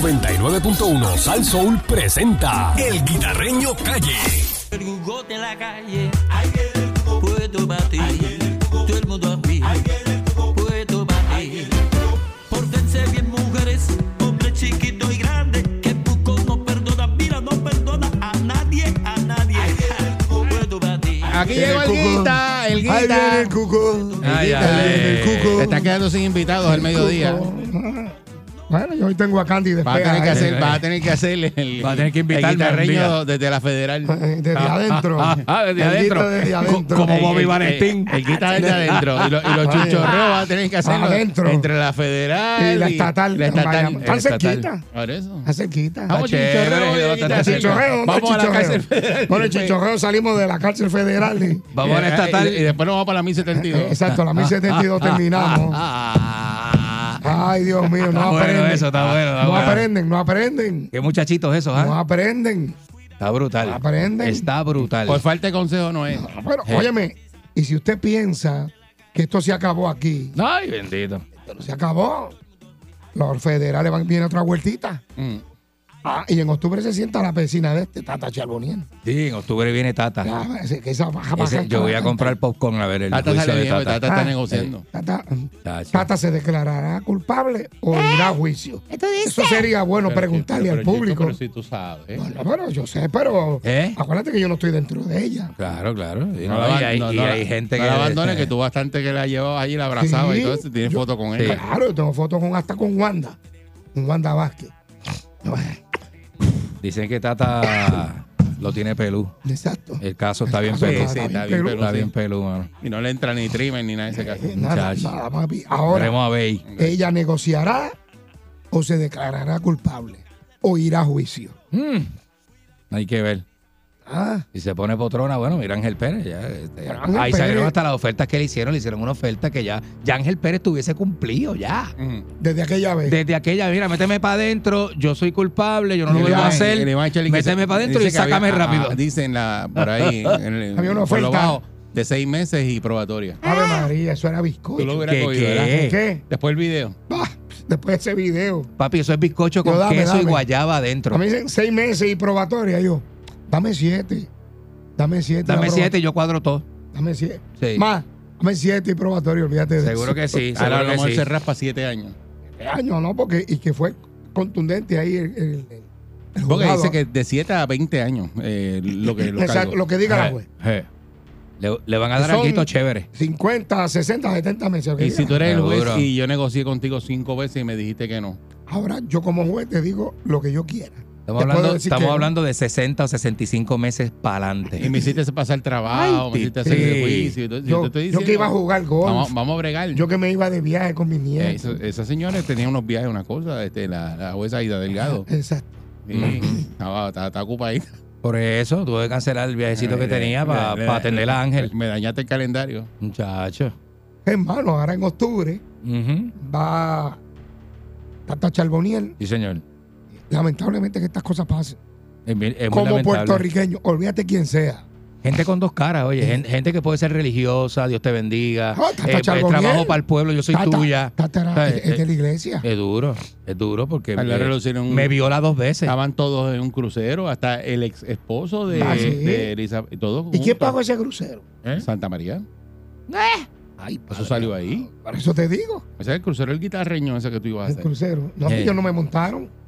99.1 Sal Soul presenta El Guitarreño Calle. El jugote en la calle. Puedo batir. Todo el mundo a mí. Puedo batir. Pórtense bien, mujeres. Hombre chiquito y grande. Que Pucó no perdona. Mira, no perdona a nadie. A nadie. Puedo batir. Aquí llegó el guita, el guita. Ahí viene el cuco. El Ahí guita. viene el cuco. Te estás quedando sin invitados al mediodía. Bueno, yo hoy tengo a Candy de Vas a tener que hacer, vas a tener que hacer el, Va a tener que el invitarme guitarreño algún desde la federal. Desde adentro. Ah, ah, desde El adentro. grito Desde Co- adentro. como El- Bobby el- Valentín. El, el guita desde adentro. Y, lo- y los chinchorreos vas a tener que hacerlo Adentro. entre la federal Y la estatal, La estatal. Bayamón. Tan la estatal. cerquita. Por eso. Está cerquita. Vamos, chévere, chinchorreo, yo de voy a guita estar cerca. Chichorreo, ¿dónde Vamos a la cárcel chichorreo? federal. Bueno, el chichorreo salimos de la cárcel federal. y- Eh, Vamos a la Eh, estatal. Y, y después nos vamos para la 1072. Exacto, a las 1072 terminamos. Ah, Ay, Dios mío, no Está bueno aprenden. eso, está bueno, está No bueno. aprenden, no aprenden. qué muchachitos esos, No ¿ah? aprenden. Está brutal. Aprenden. Está brutal. Por falta de consejo no es. Bueno, Eh. óyeme, y si usted piensa que esto se acabó aquí, Ay, bendito. pero se acabó. Los federales van viene otra vueltita. Mm. Ah, y en octubre se sienta la vecina de este, Tata Charboniel. Sí, en octubre viene Tata. Ah, ese- que esa baja Ese- baja- yo voy a comprar popcorn a ver el Tata juicio sale de bien, Tata Tata. está Ah, negociando. Tata, Tacho. Tata se declarará culpable o irá a juicio. Eso sería bueno preguntarle Pero, al chico, público. pero si tú sabes. ¿eh? Bueno, bueno, yo sé, pero ¿Eh? acuérdate que yo no estoy dentro de ella. Claro, claro. Y, No no, la y aban- hay, no- y no la- hay gente no que. la abandones, que tú bastante que la llevabas ahí, la abrazabas Sí, y todo eso. Tienes foto con sí. ella. Claro, yo tengo fotos con, hasta con Wanda, con Wanda Vázquez. eh, Dicen que Tata lo tiene pelú. Exacto. El caso está bien caso pelú. está- está bien pelú. Está bien pelú, mano. Y no le entra ni trimen ni nada de ese caso. Eh, nada, muchacho. nada, papi. Ahora, Veremos a ver. ella negociará o se declarará culpable o irá a juicio. Mm. Hay que ver. Ah, Si se pone potrona, bueno, mira Ángel Pérez. ya, este, Pero Ángel ahí Pérez- salieron hasta las ofertas que le hicieron. Le hicieron una oferta que ya, ya Ángel Pérez tuviese cumplido ya. Mm. desde aquella vez. Desde aquella, mira, méteme para adentro, yo soy culpable, yo no lo El vuelvo a Iván- hacer. el Iván Chelín que Méteme se- para adentro y dice que había- sácame rápido. ah, dicen la, por ahí. en el- Había una por lo oferta. bajo, de seis meses y probatoria. Ave María, eso era Tú lo bizcocho. hubieras ¿Qué, cogido, qué? ¿verdad? ¿Qué? Después el video. Bah, después de ese video. Papi, eso es bizcocho Yo, con dame, queso y dame. guayaba A adentro. mí dicen seis meses y probatoria. Yo, dame siete. Dame siete. la Dame proba- siete y yo cuadro todo. Dame siete. Sí. Más, dame siete y probatoria, olvídate de Seguro eso. que Ahora sí. a Seguro lo que mejor sí. se raspa siete años. Años, ¿no? Porque, y que fue contundente ahí el, el- el- el Porque juzgado. dice que de 7 a 20 años eh, lo que los Exacto, cargos. lo que diga la Eh, juez. eh. Le, le van a dar Son- algo chévere. 50, 60, 70 meses. lo que Y si diga. tú eres el juez Seguro. y yo negocié contigo cinco veces y me dijiste que no. Ahora, yo como juez te digo lo que yo quiera. Estamos, Te puedo hablando, decir estamos que- hablando de 60 o 65 meses para adelante. Y me hiciste pasar trabajo, Ay, me hiciste sí. hacer el juicio. y todo. Si Yo, te estoy yo que diciendo, iba a jugar golf. Vamos, vamos a bregar. Yo que me iba de viaje con mis Eh, nietos. eso- esa señora tenía unos viajes, una cosa, este, la, la jueza Ida Delgado. Exacto. Sí. Estaba- está, está ocupadita. Por eso tuve que cancelar el viajecito que Le- tenía para le- atender a Ángel. Me dañaste el calendario. Muchacho. Hermano, ahora en octubre Ujú. va Tata Charboniel. Sí, señor. Lamentablemente que estas cosas pasen. Es, mi- es muy Como lamentable. puertorriqueño, olvídate quién sea. Gente con dos caras, oye. gen- Gente, que puede ser religiosa, Dios te bendiga. Ah, Tata eh, pues, Charboniel. trabajo para el pueblo, yo soy Tata, tuya. Tata era- ¿Sabes? es, es de la iglesia. Es duro, es duro porque Al eh, relucir un- me viola dos veces. Estaban todos en un crucero, hasta el ex esposo de, Ah, sí. de Elizabeth. Todos ¿Y quién juntos. pagó ese crucero? ¿Eh? Santa María. Ay, pues Eso padre. salió ahí. Por eso te digo, Ese es el crucero, el guitarreño ese que tú ibas a el hacer. crucero. No, Eh. ellos no me montaron.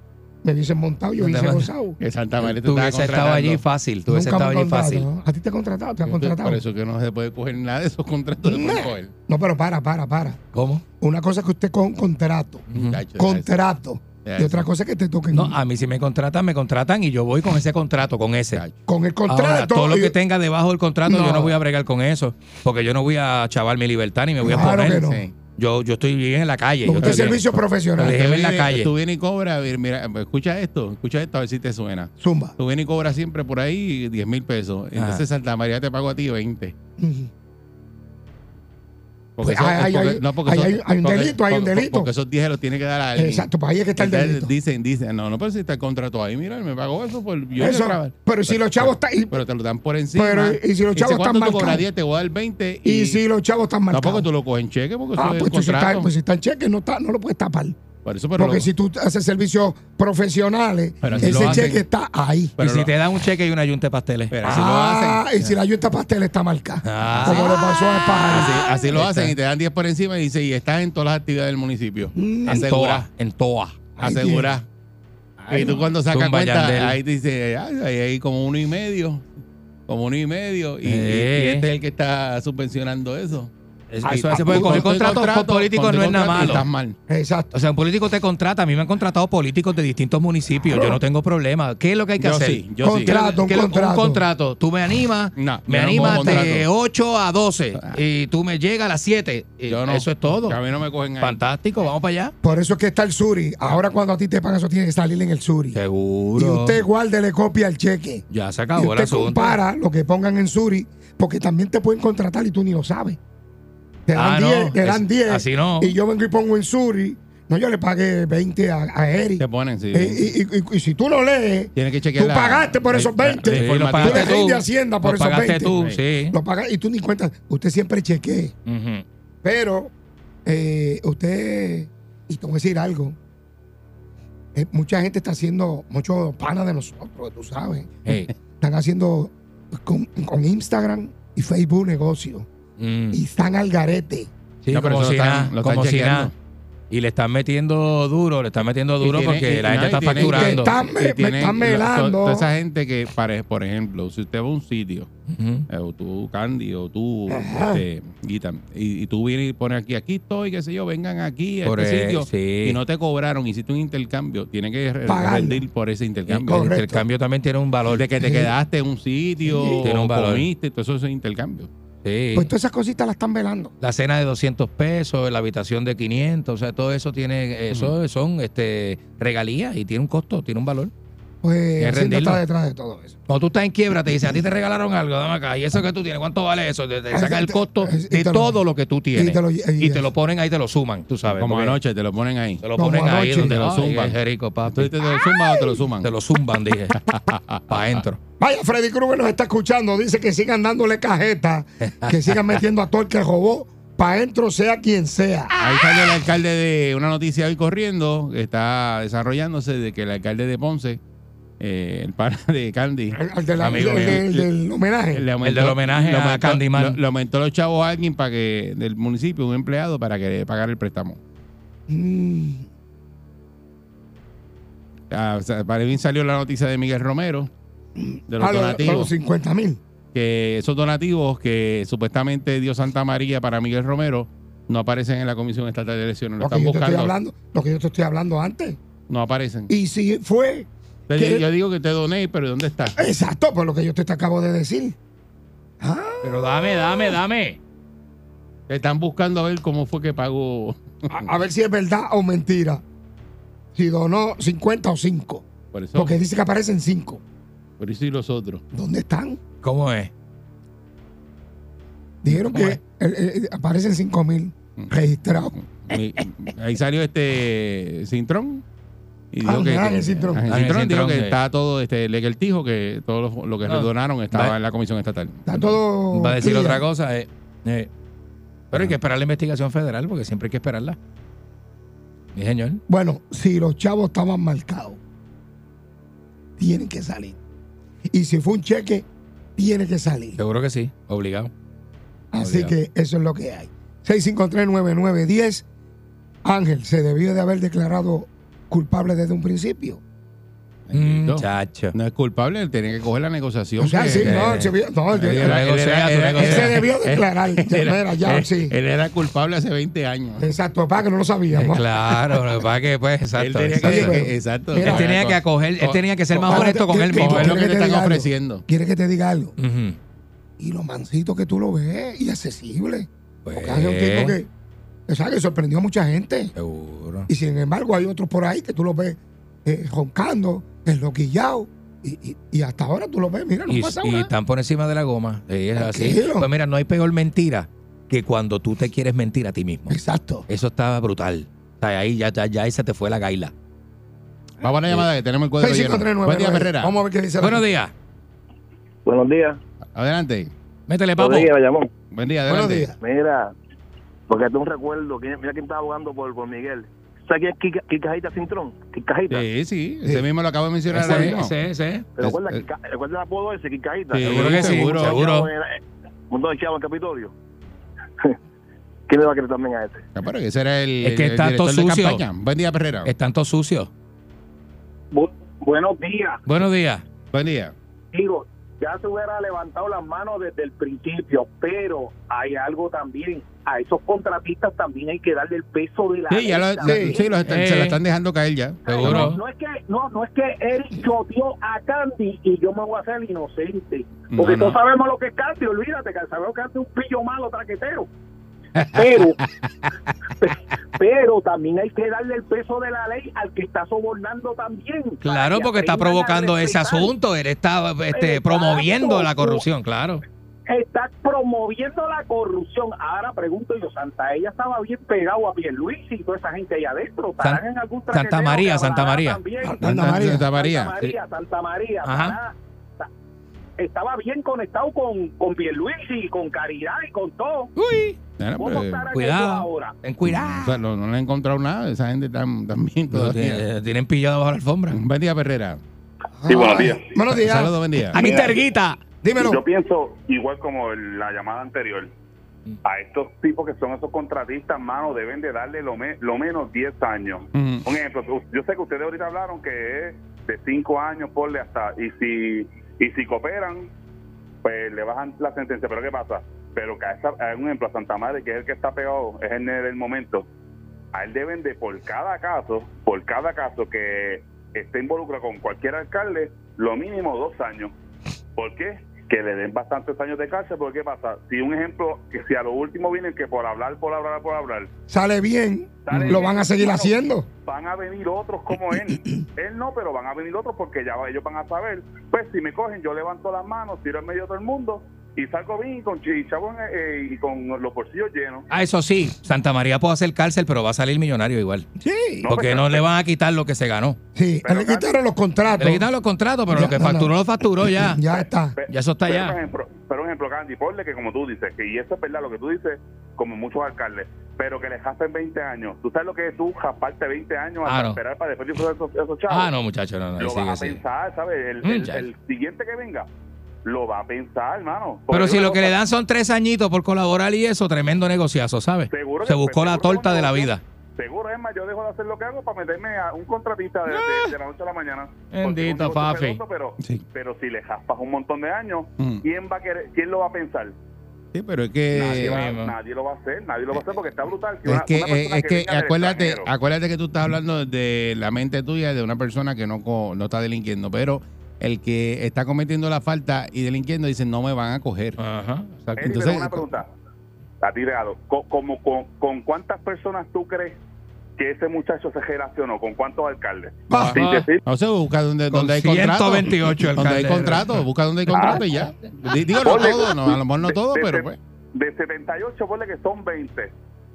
Me hubiesen montado, yo No te hubiese mand- gozado. Que Santa María te Tú estaba hubiese estado contratando. allí fácil, tú hubiese Nunca estado me allí fácil. contrataron. A ti te contratado, te han contratado. Por eso que no se puede coger nada de esos contratos. se puede coger. No, pero para, para, para. ¿Cómo? Una cosa es que usted coja un contrato. Muchacho, Contrato. Ya, Y ya. ah, otra cosa es que te toquen. No, a mí si me contratan, me contratan y yo voy con ese contrato, con ese. con el contrato. Ahora, todo lo y- que tenga debajo del contrato, yo No. no voy a bregar con eso, porque yo no voy a chaval mi libertad ni me voy a Claro poner. que no. Sí. Yo, yo estoy bien en la calle. Porque yo usted es estoy bien. servicio profesional. Déjeme Tú en la vienes- calle. Tú vienes y cobras, a ver, mira, escucha esto, escucha esto a ver si te suena. Zumba. Tú vienes y cobras siempre por ahí 10 mil pesos. Entonces Santa María te pagó a ti 20. Ujú. Porque Pues, eso- hay- hay- porque- hay- no, porque hay- eso- hay- hay un porque- delito, hay un porque- delito. Porque esos 10 se los tiene que dar a alguien. Exacto, pues ahí es que está el Entonces delito. Dicen, dicen, no, no, pero si está el contrato ahí, mira, me pagó eso por yo Eso- traba- pero si los chavos están- y- Pero te lo dan por encima. Pero, y si los Dice, chavos ¿cuánto tú están cobras marcados? 10, te voy a dar 20. Y si los chavos están marcados. Tampoco tú lo coges en cheque porque eso ah, es el pues, si está, contrato. pues si está en cheque, no, está, no lo puedes tapar. Por eso, pero Porque lo- si tú haces servicios profesionales, Pero así ese lo hacen. cheque está ahí. pero y si lo- te dan un cheque y una yunta de pasteles. pero así Ah, lo hacen. y si la ayuda pastel está marcada. Ah, como le pasó a Así, España. así lo Ahí está. hacen y te dan 10 por encima y dice, y estás en todas las actividades del municipio. en toa, Asegura, en toa. Mm, Ay, asegura. Y tú cuando sacas Tumba, cuenta, Yandel. ahí dice, ay, ahí hay como uno y medio, como uno y medio, y, y- y Eh. este es el que está subvencionando eso. Eso, Ay, eso ah, hace, porque y Cuando coger tú contratos contratas, con políticos cuando no tú es nada contratas, malo. Estás mal. Exacto. O sea, un político te contrata. A mí me han contratado políticos de distintos municipios. Yo no tengo problema. ¿Qué es lo que hay que Yo hacer? sí, yo sí. ¿Qué es lo- Contrato, un qué es lo- contrato. contrato. Tú me animas. No, me yo no animas pongo de contrato. 8 a 12. Ah. Y tú me llegas a las 7. Y Yo no. Eso es todo. Que A mí no me cogen ahí. Fantástico. Vamos para allá. Por eso es que está el Suri. Ahora cuando a ti te pagan eso tiene que salir en el Suri. Y Seguro. usted guarde, le copia el cheque. Ya Y se acabó el usted asunto. compara lo que pongan en Suri, porque también te pueden contratar y tú ni lo sabes. Te Ah, dan 10, no, te dan es- 10. así no. Y yo vengo y pongo en Suri. No, yo le pagué 20 a, a Eric. Te ponen, sí. Eh, y, y- y- y si tú lo lees, Tienes que chequear Tú pagaste por esos 20. Sí, la lo informativa. pagaste tú le tú. rinde Hacienda por Lo esos pagaste 20. tú, sí. lo pagas y tú ni cuentas. Usted siempre chequee. Ujú. Pero eh, usted, y te voy a decir algo, eh, mucha gente está haciendo, muchos panas de nosotros, tú sabes, Hey. están haciendo con, con Instagram y Facebook negocio. Mm. Y están al garete. Sí, No, pero como eso si lo están- nada, lo están como si chequeando. nada. Y le están metiendo duro, le están metiendo duro Y tiene- porque y- la y gente no, y está tiene- facturando. que está- me- me están lo- to- velando. Toda esa gente que, pare- por ejemplo, si usted va a un sitio, Ujú. eh, o tú, Candy, o tú, Ajá. este, Guita, y, y tú vienes y pones aquí, aquí estoy, qué sé yo, vengan aquí a Por este e- sitio, sí. y no te cobraron, hiciste un intercambio, tiene que re- Pagarlo. rendir por ese El, intercambio. el Correcto. intercambio también tiene un valor. De que te quedaste en un sitio, Sí. Tiene un o valor. comiste, todo eso es intercambio. Sí. Pues todas esas cositas las están velando. la cena de 200 pesos, la habitación de 500, o sea, todo eso tiene, eso son este, regalías y tiene un costo, tiene un valor. Pues que Hacienda rendirlo. está detrás de todo eso. Cuando tú estás en quiebra, te dicen, a ti te regalaron algo, dame acá, y eso que tú tienes, ¿cuánto vale eso? Te, te Ah, sacan el te- costo y te de lo- todo lo que tú tienes. y te lo- y- Y te y- lo ponen ahí, te lo suman, tú sabes. Como porque anoche, te lo ponen ahí. Te lo Como ponen ahí anoche. donde Te lo lo zumban. zumban. rico, ¿Tú papi. te lo suman o te lo suman? Te lo zumban, dije. Pa' adentro. Vaya, Freddy Krueger nos está escuchando. Dice que sigan dándole cajeta, que sigan metiendo a todo el que robó, para adentro sea quien sea. Ahí salió el alcalde de una noticia hoy corriendo, que está desarrollándose de que el alcalde de Ponce, eh, el pana de Candy, El, el de la- Amigo el- el- mío. el del homenaje. le El del homenaje le a Candyman. lo- le aumentó los chavos a alguien para que, del municipio, un empleado, para que le pagara el préstamo. Mm, Ah, o sea, para mí salió la noticia de Miguel Romero, de los a los, donativos. a Ah, los 50 mil. que esos donativos que supuestamente dio Santa María para Miguel Romero no aparecen en la Comisión Estatal de Elecciones. Lo Lo que están yo te estoy buscando. hablando, lo que yo te estoy hablando antes. No aparecen. Y si fue, Entonces, ¿qué? yo, yo digo que te doné, pero ¿dónde está? exacto, por lo que yo te acabo de decir. Ah, Pero dame, dame, dame. Están buscando a ver cómo fue que pagó. a, a ver si es verdad o mentira. Si donó 50 o 5. Por eso, Porque dice que aparecen 5. por eso y los otros. ¿Dónde están? ¿Cómo es? Dijeron ¿Cómo que es? Mm. el- el- aparecen 5 mil registrados. Mi- Ahí salió este Cintrón. Y dijo Ángel, que, Ángel Cintrón. Ángel Ángel Cintrón dijo Cintrón, que sí. está todo este legaltijo, que todo lo, lo que No. donaron estaba Va- en la comisión estatal. Está todo. Va a decir clear. otra cosa. eh. Eh. Pero hay que esperar la investigación federal porque siempre hay que esperarla. Mi señor. Bueno, si los chavos estaban marcados, tienen que salir. Y si fue un cheque, tiene que salir. Seguro que sí. Obligado. Oh, Así que eso es lo que hay. 6539910. Ángel, ¿se debió de haber declarado culpable desde un principio? Mm, Bendito. Chacho. No es culpable, él tenía que coger la negociación. O sea, que- sí, que- Eh, no, se vio- no, Él él- era- él- él era- Tú él era- negociaste, tú él se negociaste. debió declarar. eh, Ya, mira, ya, él- sí. él era culpable hace 20 años. Exacto, para que no lo sabíamos. eh, Claro, lo que pasa es que pues, él exacto. tenía exacto. que, Oye, pero- exacto. Él tenía que acoger, él tenía que ser más Ahora, honesto con ¿qué- él qué- mismo. coger lo ¿Quieres que te diga están algo? ofreciendo. ¿Quieres que te diga algo? Ujú. Y lo mansito que tú lo ves y accesible. Porque Pues, hace un tipo que, que, ¿sabes? que sorprendió a mucha gente. Seguro. Y sin embargo, hay otros por ahí que tú los ves eh, roncando, enloquillado. Y, y, y hasta ahora tú los ves, mira, no Y, pasa y nada. están por encima de la goma. Sí, es así. Tranquilo. Pues mira, no hay peor mentira que cuando tú te quieres mentir a ti mismo. Exacto. Eso está brutal. O sea, ahí ya, ya, ya ahí se te fue la gaila. Vamos a la llamada que tenemos el cuadro lleno. Buen día, 6539. Herrera. Vamos a ver qué dice la Buenos gente. días. Buenos días. Adelante. Métele, papo. Buenos días, Bayamón. Buen día, Buenos adelante. días. Mira, porque tengo un recuerdo. que- mira quién estaba abogando por, por Miguel. ¿Sabes quién es Kika- Kikajita Cintrón? Kikajita. Sí, sí, Sí. ese mismo lo acabo de mencionar ahora Ese, mismo. ese, ese. ¿Te acuerdas? es- Kika- ¿Recuerdas el apodo ese, Kikajita? Eh, Sí, Seguro que sí, seguro. seguro. Un montón de chavos en Capitolio. ¿Quién le va a creer también a este? Ah, pero ese era el, Es que el está director todo de sucio. campaña. Buen día, Perrera. Están todos sucios. buenos días. Buenos días. Buen día. Digo, ya se hubiera levantado las manos desde el principio, pero hay algo también. A esos contratistas también hay que darle el peso de la. Sí, ya lo- ley la- también. sí, los están- se Eh. la están dejando caer ya. Seguro. No, no es que no, no es que Eric choteó a Candy y yo me voy a hacer inocente. Porque No, no. no, sabemos lo que es Candy, olvídate, que sabemos que Candy es un pillo malo traquetero. Pero, pero también hay que darle el peso de la ley al que está sobornando también. Claro, Para que porque está aprendan a provocando ese respetar. asunto. Él está este, Exacto. promoviendo la corrupción, claro. Está promoviendo la corrupción. Ahora pregunto yo, Santa ella estaba bien pegado a Pierluisi y toda esa gente ahí adentro. ¿Estarán San- en algún Santa traqueteo María, que Santa hablará María. también? Ah, Santa María. Santa Santa María. María, Santa María. Ajá. Pará. Ta- Estaba bien conectado con, con Pierluisi, con Caridad y con todo. Uy, Bueno, ¿Cómo pero- estarán cuidado. ellos ahora? ten Mm. o sea, cuidado. no, no le he encontrado nada. Esa gente tam- también Lo todavía. tienen- Tienen pillado bajo la alfombra. Mm. Buen día, Perrera. Sí, buenos días. Ay, Buenos días. Saludos, buen día. Aquí está Erguita. Yo Dímelo. pienso, igual como el- la llamada anterior, a estos tipos que son esos contratistas, mano, deben de darle lo, me- lo menos 10 años. Ujú. Un ejemplo, tú- yo sé que ustedes ahorita hablaron que es de 5 años, ponle hasta, y si, y si cooperan, pues le bajan la sentencia. Pero ¿qué pasa? Pero que a esa- a un ejemplo, a Santa Madre, que es el que está pegado, es el nene del momento, a él deben de por cada caso, por cada caso que esté involucrado con cualquier alcalde, lo mínimo dos años. ¿Por qué? Que le den bastantes años de cárcel, porque ¿qué pasa? Si un ejemplo, que si a lo último vienen que por hablar, por hablar, por hablar, Sale bien. Sale Lo bien. van a seguir Bueno, haciendo. van a venir otros como él. él no, pero van a venir otros porque ya ellos van a saber. Pues si me cogen, yo levanto las manos, tiro en medio de todo el mundo y salgo bien y con chichabón eh, y con los bolsillos llenos. Ah, eso sí, Santa María puede hacer cárcel, pero va a salir millonario igual. Sí. No, Porque pues, no le van a quitar lo que se ganó. Sí. Pero Le quitaron los contratos. Le quitaron los contratos, pero Ya, lo que no, no. facturó lo facturó ya. Ya está. Pe- Ya eso está pero ya. un ejemplo- pero un ejemplo, Candy, ponle que como tú dices, que, y eso es verdad lo que tú dices, como muchos alcaldes, pero que les hacen 20 años. ¿Tú sabes lo que es tú japarte 20 años Ah, a no. esperar para después disfrutar esos, esos chavos? Ah, no, muchacho, no, no. ahí lo sigue, vas a sigue. pensar, ¿sabes? El, Mm, el- ya. el siguiente que venga lo va a pensar, hermano. Pero Porque si una lo que cosa- le dan son tres añitos por colaborar y eso, tremendo negociazo, ¿sabes? Seguro Se que- buscó la seguro que torta de la no, vida. Seguro, es más, yo dejo de hacer lo que hago para meterme a un contratista de, de- de la noche a la mañana. Ah. Bendito, Porque es un negocio Fafi. sedoso, Pero, Sí. pero si le jaspas un montón de años, Mm. ¿quién va a querer, quién lo va a pensar? Sí, pero es nadie, que. va- mismo. nadie lo va a hacer, nadie lo va a hacer porque está brutal. Es una- que, una persona eh, es que venga del acuérdate, extranjero. acuérdate que tú estás hablando de la mente tuya de una persona que no, co- no está delinquiendo, pero el que está cometiendo la falta y delinquiendo dice no me van a coger. Ajá. Eli, pero Entonces, una pregunta. A ti, Regalo, co- como, con, ¿con cuántas personas tú crees que ese muchacho se relacionó? ¿Con cuántos alcaldes? Ah, Sin decir no sé, busca donde, Con donde hay contrato. 128 Donde hay alcaldes. contrato, busca donde hay contrato y ya. Di- Digo, no Ponle- todo, no, a lo mejor no de- todo, de- pero de- pues. De 78, ponle que son 20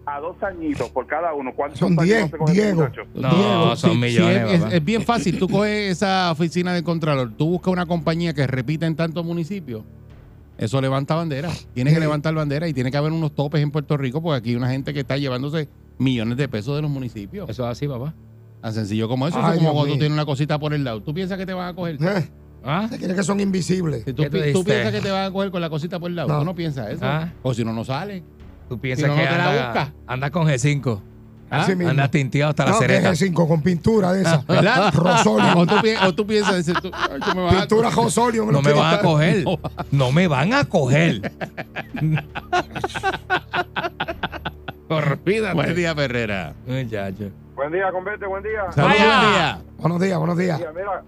a dos añitos por cada uno. ¿Cuántos Son años 10, se coge ese Diego. muchacho? No, son millones, es- es, papá. es bien fácil. Tú coges esa oficina del Contralor, tú buscas una compañía que repita en tantos municipios. Eso levanta bandera. Tiene que Sí. levantar bandera y tiene que haber unos topes en Puerto Rico porque aquí hay una gente que está llevándose millones de pesos de los municipios. Eso es así, papá. Tan sencillo como eso. Eso Ay, es como Dios cuando tú mío. tienes una cosita por el lado. ¿Tú piensas que te van a coger? Eh, ¿Ah? Se cree que son invisibles. Si tú, ¿Qué tú pi- tú dices? piensas que te van a coger con la cosita por el lado. No. Tú no piensas eso. Ah. O si no, no sale. ¿Tú piensas no, no que te la anda, buscas. anda con G5? ¿Ah? Así mismo. Andas tinteado hasta la No, que cereza. es 5 con pintura de esa. ¿Verdad? Rosolio. O tú, pi- o tú piensas, dices tú, "Ay, que me vas a Pintura Rosolio. No me quiero van a estar- coger. No me van a coger. Olvídate. Buen día, Ferrera. Muchacho. Buen día, converte, buen día. Saludos, Vaya. buen día. Buenos días, buenos días. Mira, mira,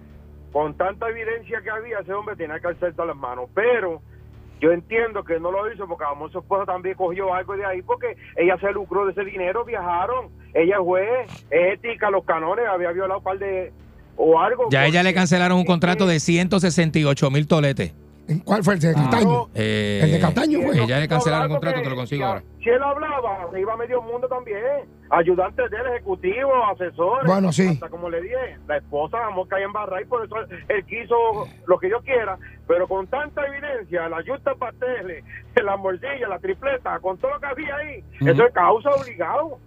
con tanta evidencia que había, ese hombre tenía que alzarse las manos, pero yo entiendo que no lo hizo porque vamos, su esposa también cogió algo de ahí porque ella se lucró de ese dinero, viajaron, ella es juez, es ética, los canones, había violado un par de... o algo. Ya a ella porque- le cancelaron Eh, un contrato de 168 mil toletes. ¿En ¿Cuál fue el de Castaño? Eh, El de Castaño, güey. Ella le cancelaron el Hablando contrato, que- te lo consigo que- ahora. Si él hablaba, se iba a medio mundo también. Ayudantes del ejecutivo, asesores. Bueno, sí. Hasta como le dije, la esposa vamos a en barra y por eso él quiso lo que yo quiera. Pero con tanta evidencia, la yuta pasteles, la morcilla, la tripleta, con todo lo que había ahí, eso es causa obligado.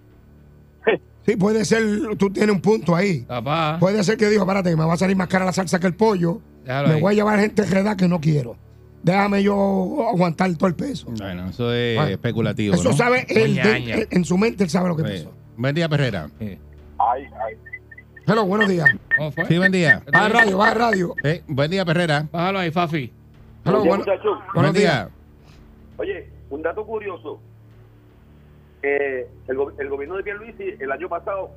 Sí, puede ser, tú tienes un punto ahí. Ah. Papá. Puede ser que dijo, espérate, me va a salir más cara la salsa que el pollo. Déjalo me ahí. voy a llevar gente redada que no quiero. Déjame yo aguantar todo el peso. Bueno, eso es Bueno, especulativo. Eso ¿no? sabe él, Ñaña, de- ña. él- en su mente él sabe lo que Sí. pasó. Buen día, Perrera. Ay, ay. Hello, buenos días. ¿Cómo fue? Sí, buen día. Va a Ah, radio, va a radio. Sí, buen día, Perrera. Bájalo ahí, Fafi. Hello, Oye, bueno- muchacho, Buen buenos días. día. oye, un dato curioso. Eh, el, go- el gobierno de Pierluisi el año pasado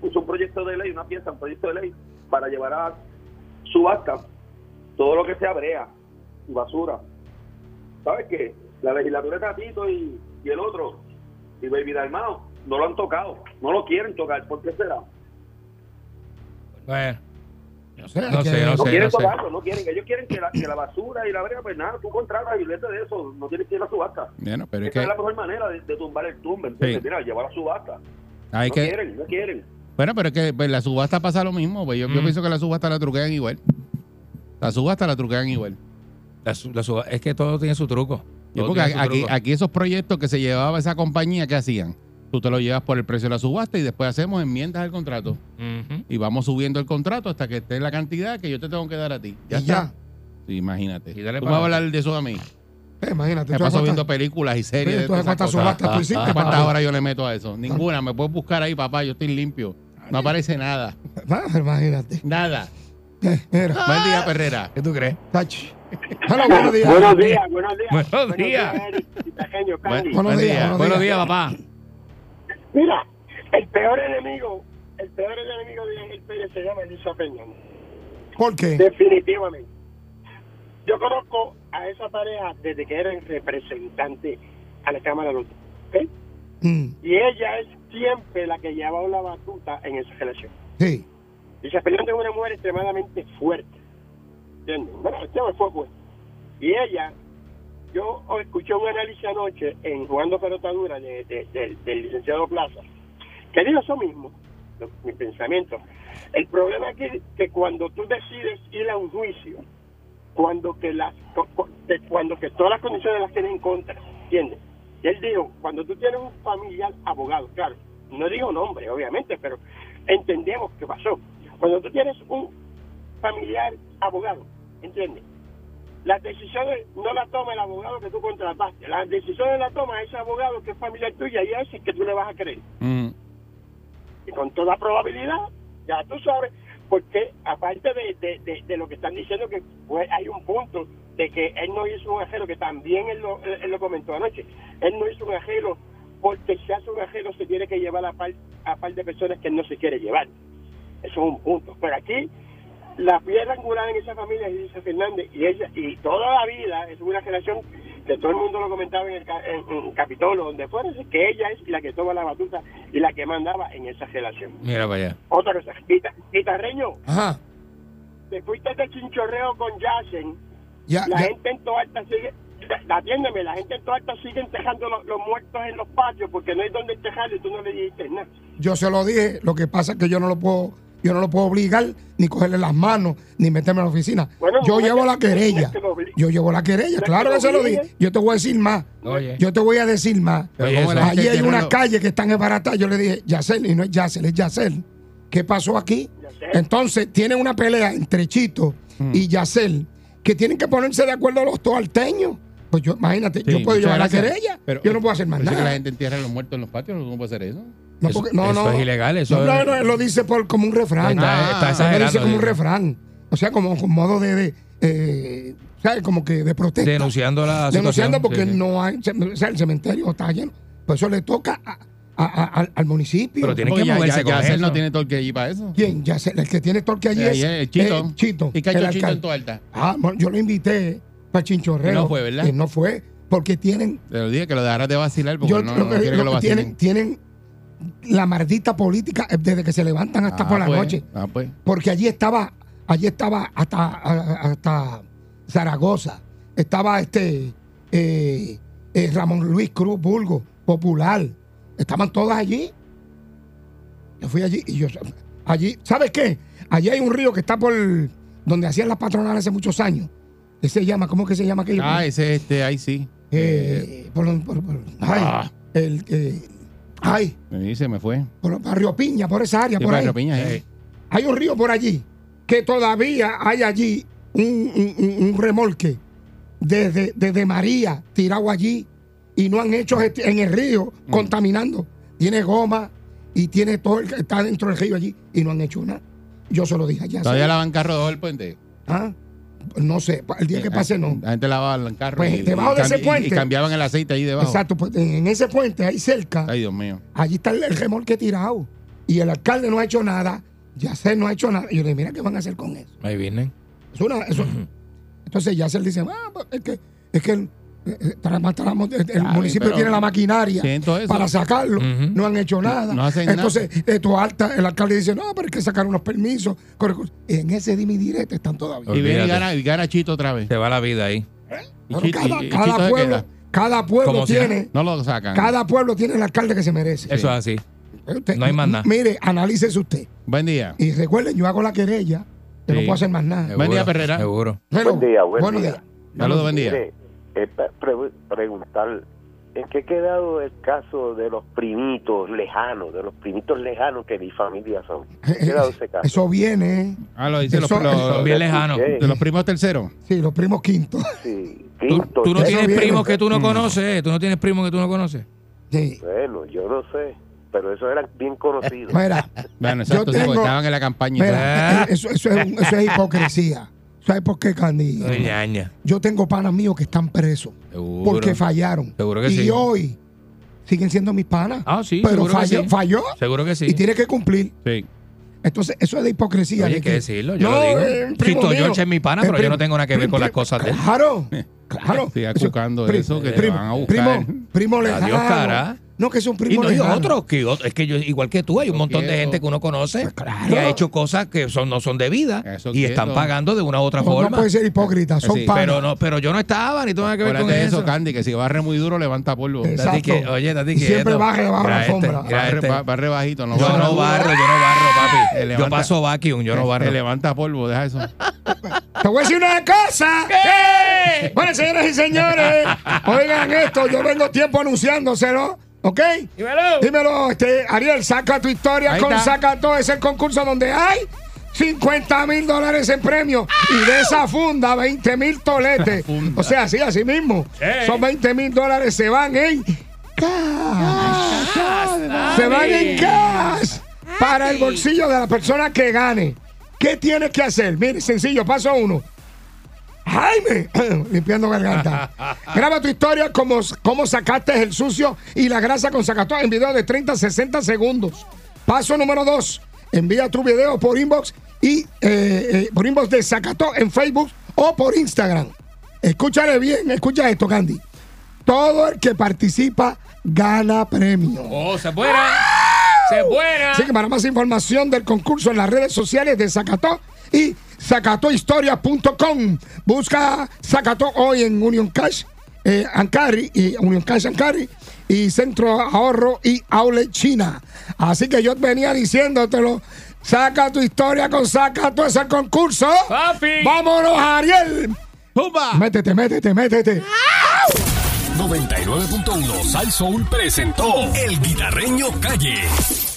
puso un proyecto de ley, una pieza, un proyecto de ley para llevar a subasta todo lo que sea brea y basura. ¿Sabes qué? La legislatura de Tatito y, y el otro, y Baby Dalmao, no lo han tocado, no lo quieren tocar. ¿Por qué será? Bueno, No sé, no que- sé, no No sé, quieren no sé. tocarlo, no quieren. Ellos quieren que la, que la basura y la brea, pues nada, tú contratas y vete de eso, no tienes que ir a subasta. Bueno, pero es Esa que es la mejor manera de, de tumbar el tumbe, ¿entiendes? Sí. Mira, llevar a subasta. hay no que. quieren, no quieren. Bueno, pero es que pues, la subasta pasa lo mismo. Pues. Yo, yo Mm. pienso que la subasta la truquean igual. La subasta la truquean igual. La su- la su- es que todo tiene su truco. Y Todo porque tiene su aquí, truco. aquí esos proyectos que se llevaba esa compañía, ¿qué hacían? Tú te lo llevas por el precio de la subasta y después hacemos enmiendas al contrato. Ujú. Y vamos subiendo el contrato hasta que esté la cantidad que yo te tengo que dar a ti. Ya y está. ya. Sí, imagínate. Y dale Tú para me vas a hablar de eso a mí. Eh, imagínate. Me tú paso aguantas- viendo películas y series. Oye, de tú todas esas cuántas cosas. subastas tú hiciste, ¿Cuántas papá? horas yo le meto a eso? Ninguna. Me puedes buscar ahí, papá. Yo estoy limpio. No aparece nada. Ah, imagínate. Nada. Eh, Mira, Buen día, Perrera. ¿Qué tú crees? Tachi. Hello, buenos días. Buenos días, buenos días. Buenos días. Eric, Tajeño, Buen- Cali. Buenos buen días, día. buenos Buenos días, papá. Mira, el peor enemigo, el peor enemigo de Ángel Pérez se llama Elisa Peña. ¿Por qué? Definitivamente. Yo conozco a esa pareja desde que eran representantes a la Cámara de los Diputados, ¿ok? Mm, Y ella es siempre la que lleva la batuta en esa relación. sí. Dice, Fernanda es una mujer extremadamente fuerte. ¿Entiendes? Bueno, el tema fue fuerte. Y ella, yo escuché un análisis anoche en Jugando Pelotadura de, de- del- del licenciado Plaza, que dijo eso mismo, lo- mi pensamiento. El problema aquí es que cuando tú decides ir a un juicio, cuando que las co- co- de- cuando que todas las condiciones las tienes en contra, ¿entiendes? Y él dijo, cuando tú tienes un familiar abogado, claro, no digo nombre, obviamente, pero entendemos qué pasó. Cuando tú tienes un familiar abogado, ¿entiendes? Las decisiones no las toma el abogado que tú contrataste, las decisiones las toma ese abogado que es familiar tuya y a ese es que tú le vas a creer. Mm. Y con toda probabilidad, ya tú sabes, porque aparte de, de- de- de lo que están diciendo, que fue- hay un punto de que él no hizo un ajero, que también él lo, él lo comentó anoche, él no hizo un ajero porque si hace un ajero se tiene que llevar a par, a par de personas que él no se quiere llevar. Eso es un punto. Pero aquí la piedra angular en esa familia es Lisa Fernández y ella y toda la vida es una relación que todo el mundo lo comentaba en el ca- en, en Capitolio, donde fuera, es que ella es la que toma la batuta y la que mandaba en esa relación. Mira para allá. Otra cosa, Guita- guitarreño, Ajá. te fuiste de chinchorreo con Yacen, Ya, la Ah, ya. gente en Toa Alta sigue, atiéndeme, la gente en Toa Alta sigue tejando los, los muertos en los patios porque no hay donde tejar y tú no le dijiste nada. Yo se lo dije, lo que pasa es que yo no lo puedo, yo no lo puedo obligar, ni cogerle las manos, ni meterme a la oficina. Bueno, yo no llevo es la que- no querella. es que lo obligue. Yo llevo la querella, No es claro que que lo se lo obligue. dije. Yo te voy a decir más. Oye. Yo te voy a decir más. Pero Oye, ¿cómo eso. la gente Allí hay tiene unas lo- calles que están embaratadas. Yo le dije, Yacel, y no es Yacel, es Yacel. ¿Qué pasó aquí? Yacel. Entonces, tienen una pelea entre Chito Hmm. y Yacel que tienen que ponerse de acuerdo los toalteños. Pues yo, imagínate, Sí, yo puedo muchas llevar la gracias. querella, Pero- yo no puedo hacer más pero es que la nada. gente entierra a los muertos en los patios, no puede hacer eso. No, Eso- porque- no, eso no. es ilegal, eso no, no, es- no, él lo dice por, como un refrán. Está- está Él lo dice exagerando, como un Ah, dice. refrán. O sea, como con modo de, de, eh, ¿sabes? Como que de protesta. Denunciando la denunciando situación, porque sí, sí. no hay, o sea, el cementerio está lleno. Por eso le toca a- a- a- al, al municipio. Pero tiene- Tienen Porque que ya, moverse ya- con ya Yacel no eso. tiene torque allí para eso. ¿Quién? Ya sé, el que tiene torque allí es, Eh, eh, Chito. eh, Chito. ¿Y qué ha hecho el Chito en alcalde. tu alta? Ah, bueno, yo lo invité para Chinchorreo. Y no fue, ¿verdad? Y no fue, porque tienen, Te lo dije que lo dejaras de vacilar porque yo no, lo no que- quiere que lo lo que vacilen. tienen, tienen la maldita política eh, desde que se levantan hasta Ah, por la pues, noche. Ah, pues. Porque allí estaba, allí estaba hasta, a- hasta Zaragoza, estaba este eh, eh, Ramón Luis Cruz Burgo, Popular, estaban todas allí. Yo fui allí y yo allí, ¿sabes qué? Allí hay un río que está por donde hacían las patronales hace muchos años. ¿Qué se llama? ¿Cómo que se llama aquello? Ah, ese este, ahí sí. Eh, por, por- por- ay, Ah. el que- Ay, Me dice, me fue. por Barrio Piña, por esa área, Sí, por ahí. Pedro Piña, sí. Hay un río por allí que todavía hay allí un, un- un- un remolque desde, desde María tirado allí y no han hecho gesti- en el río contaminando. Tiene goma y tiene todo el que está dentro del río allí y no han hecho nada. Yo se lo dije allá. Todavía ¿sí? lavan carro debajo del puente. Ah, No sé, pa- el día Eh, que pase no. La gente lavaba el carro. Pues, debajo de cambi- ese puente. y cambiaban el aceite ahí debajo. Exacto, pues en ese puente ahí cerca. Ay, Dios mío. allí está el, el remolque tirado. Y el alcalde no ha hecho nada, Yacel no ha hecho nada. Y yo le digo, mira qué van a hacer con eso. Ahí vienen. Es una- eso- Entonces Yacel dice, ah, pues, es que, es que el, eh, eh, trama- trama- el- el Está bien, municipio pero- tiene la maquinaria Siento eso. para sacarlo. Ujú. No han hecho nada. no hacen nada. Entonces, esto alta, el alcalde dice, no, pero hay que sacar unos permisos. con recursos". En ese dime y direte están todavía. Y viene y Olvídate. gana, y gana Chito otra vez. Se va la vida ahí. Y Pero Chito- cada, y- y cada Chito se pueblo, queda. cada pueblo Como sea. tiene, No lo sacan. cada pueblo tiene el alcalde que se merece. Eh, Eso es así. Usted- no hay más nada. Mire, analícese usted. Buen día. Y recuerden, yo hago la querella, que no Sí. puedo hacer más nada. Seguro, día, Perrera. Seguro. Pero, Buen día, buen buenos día. días. Saludos, buen día. Mire, eh, pa- pre- preguntar, ¿en qué ha quedado el caso de los primitos lejanos, de los primitos lejanos que mi familia son? ¿En qué ha quedado ese caso? Eh, Eso viene, ¿eh? Ah, lo dice los, Eso- los- eso- Son bien lejanos. Sí, de los primos terceros. sí, los primos quintos. sí, Tú, quinto, tú no Eso tienes viene. primos que tú no conoces. eh. Tú no tienes primos que tú no conoces. Sí. Bueno, yo no sé, pero eso era bien conocido. Mira, Bueno, exacto, sí, tengo- porque estaban en la campaña. y todo. mira, eh, eso, eso es, un- eso es hipocresía. ¿Sabes por qué, Candy? Ay, ñaña. Yo tengo panas míos que están presos Seguro. porque fallaron. Seguro que y sí. hoy siguen siendo mis panas. Ah, sí, Pero seguro que falló, sí. falló Seguro que sí. y tiene que cumplir. Sí. Entonces, eso es de hipocresía. Oye, de hay que decirlo, yo lo digo. eh, primo Chito mío, George es mi pana, eh, pero yo primo- no tengo nada que ver con las primo- cosas de él. Claro, claro. Estoy Eso- acucando pri- eso que te van a buscar. Primo, primo Adiós, lejano. cara. No, que es un Y primo no hay lejano. otros, que otro- es que yo, igual que tú, hay un Yo montón de quiero- gente que uno conoce Pues claro. que ha hecho cosas que son, no son debidas Eso y quiero. están pagando de una u otra No, no forma. puede ser hipócrita, son Sí, panas. pero no, pero yo no estaba ni tengo nada que ver con Acuérdate de eso. eso, Candy, que si barre muy duro, levanta polvo. Exacto. Date que- oye, date Y siempre quieto. baja debajo de la Mira este, alfombra. mira Barre, este. ba- barre bajito, no Yo barra no duro. barro, yo no barro, Te papi. Yo levanta- paso vacuum, yo no Te- Te barro. levanta polvo, deja eso. Te voy a decir una cosa. Bueno, señoras y señores, oigan esto, yo vengo tiempo anunciándoselo, ¿ok? Dímelo, este, Ariel, saca tu historia Ahí con está. Saca Todo. Es el concurso donde hay 50 mil dólares en premio y de esa funda 20 mil toletes. O sea, así, así mismo. Son 20 mil dólares, se van en cash. Se van en cash para el bolsillo de la persona que gane. ¿Qué tienes que hacer? Mire, sencillo, paso uno. Jaime, limpiando garganta. Graba tu historia como cómo sacaste el sucio y la grasa con sacatón en video de 30 a 60 segundos. Paso número 2. Envía tu video por inbox y eh, eh, por inbox de Sacató en Facebook o por Instagram. Escúchale bien, escucha esto, Candy. Todo el que participa gana premio. Oh, se fuera. Se fuera. Así que para más información del concurso en las redes sociales de Zacató y zacatohistoria.com. Busca Zacató hoy en Union Cash, eh, Ancari, y Union Cash Ancari y Centro Ahorro y Aule China. Así que yo venía diciéndotelo. Saca tu historia con Zacató, es el concurso. Papi. ¡Vámonos, Ariel! Métete, métete, métete. 99.1 Sal Soul presentó El Guitarreño Calle.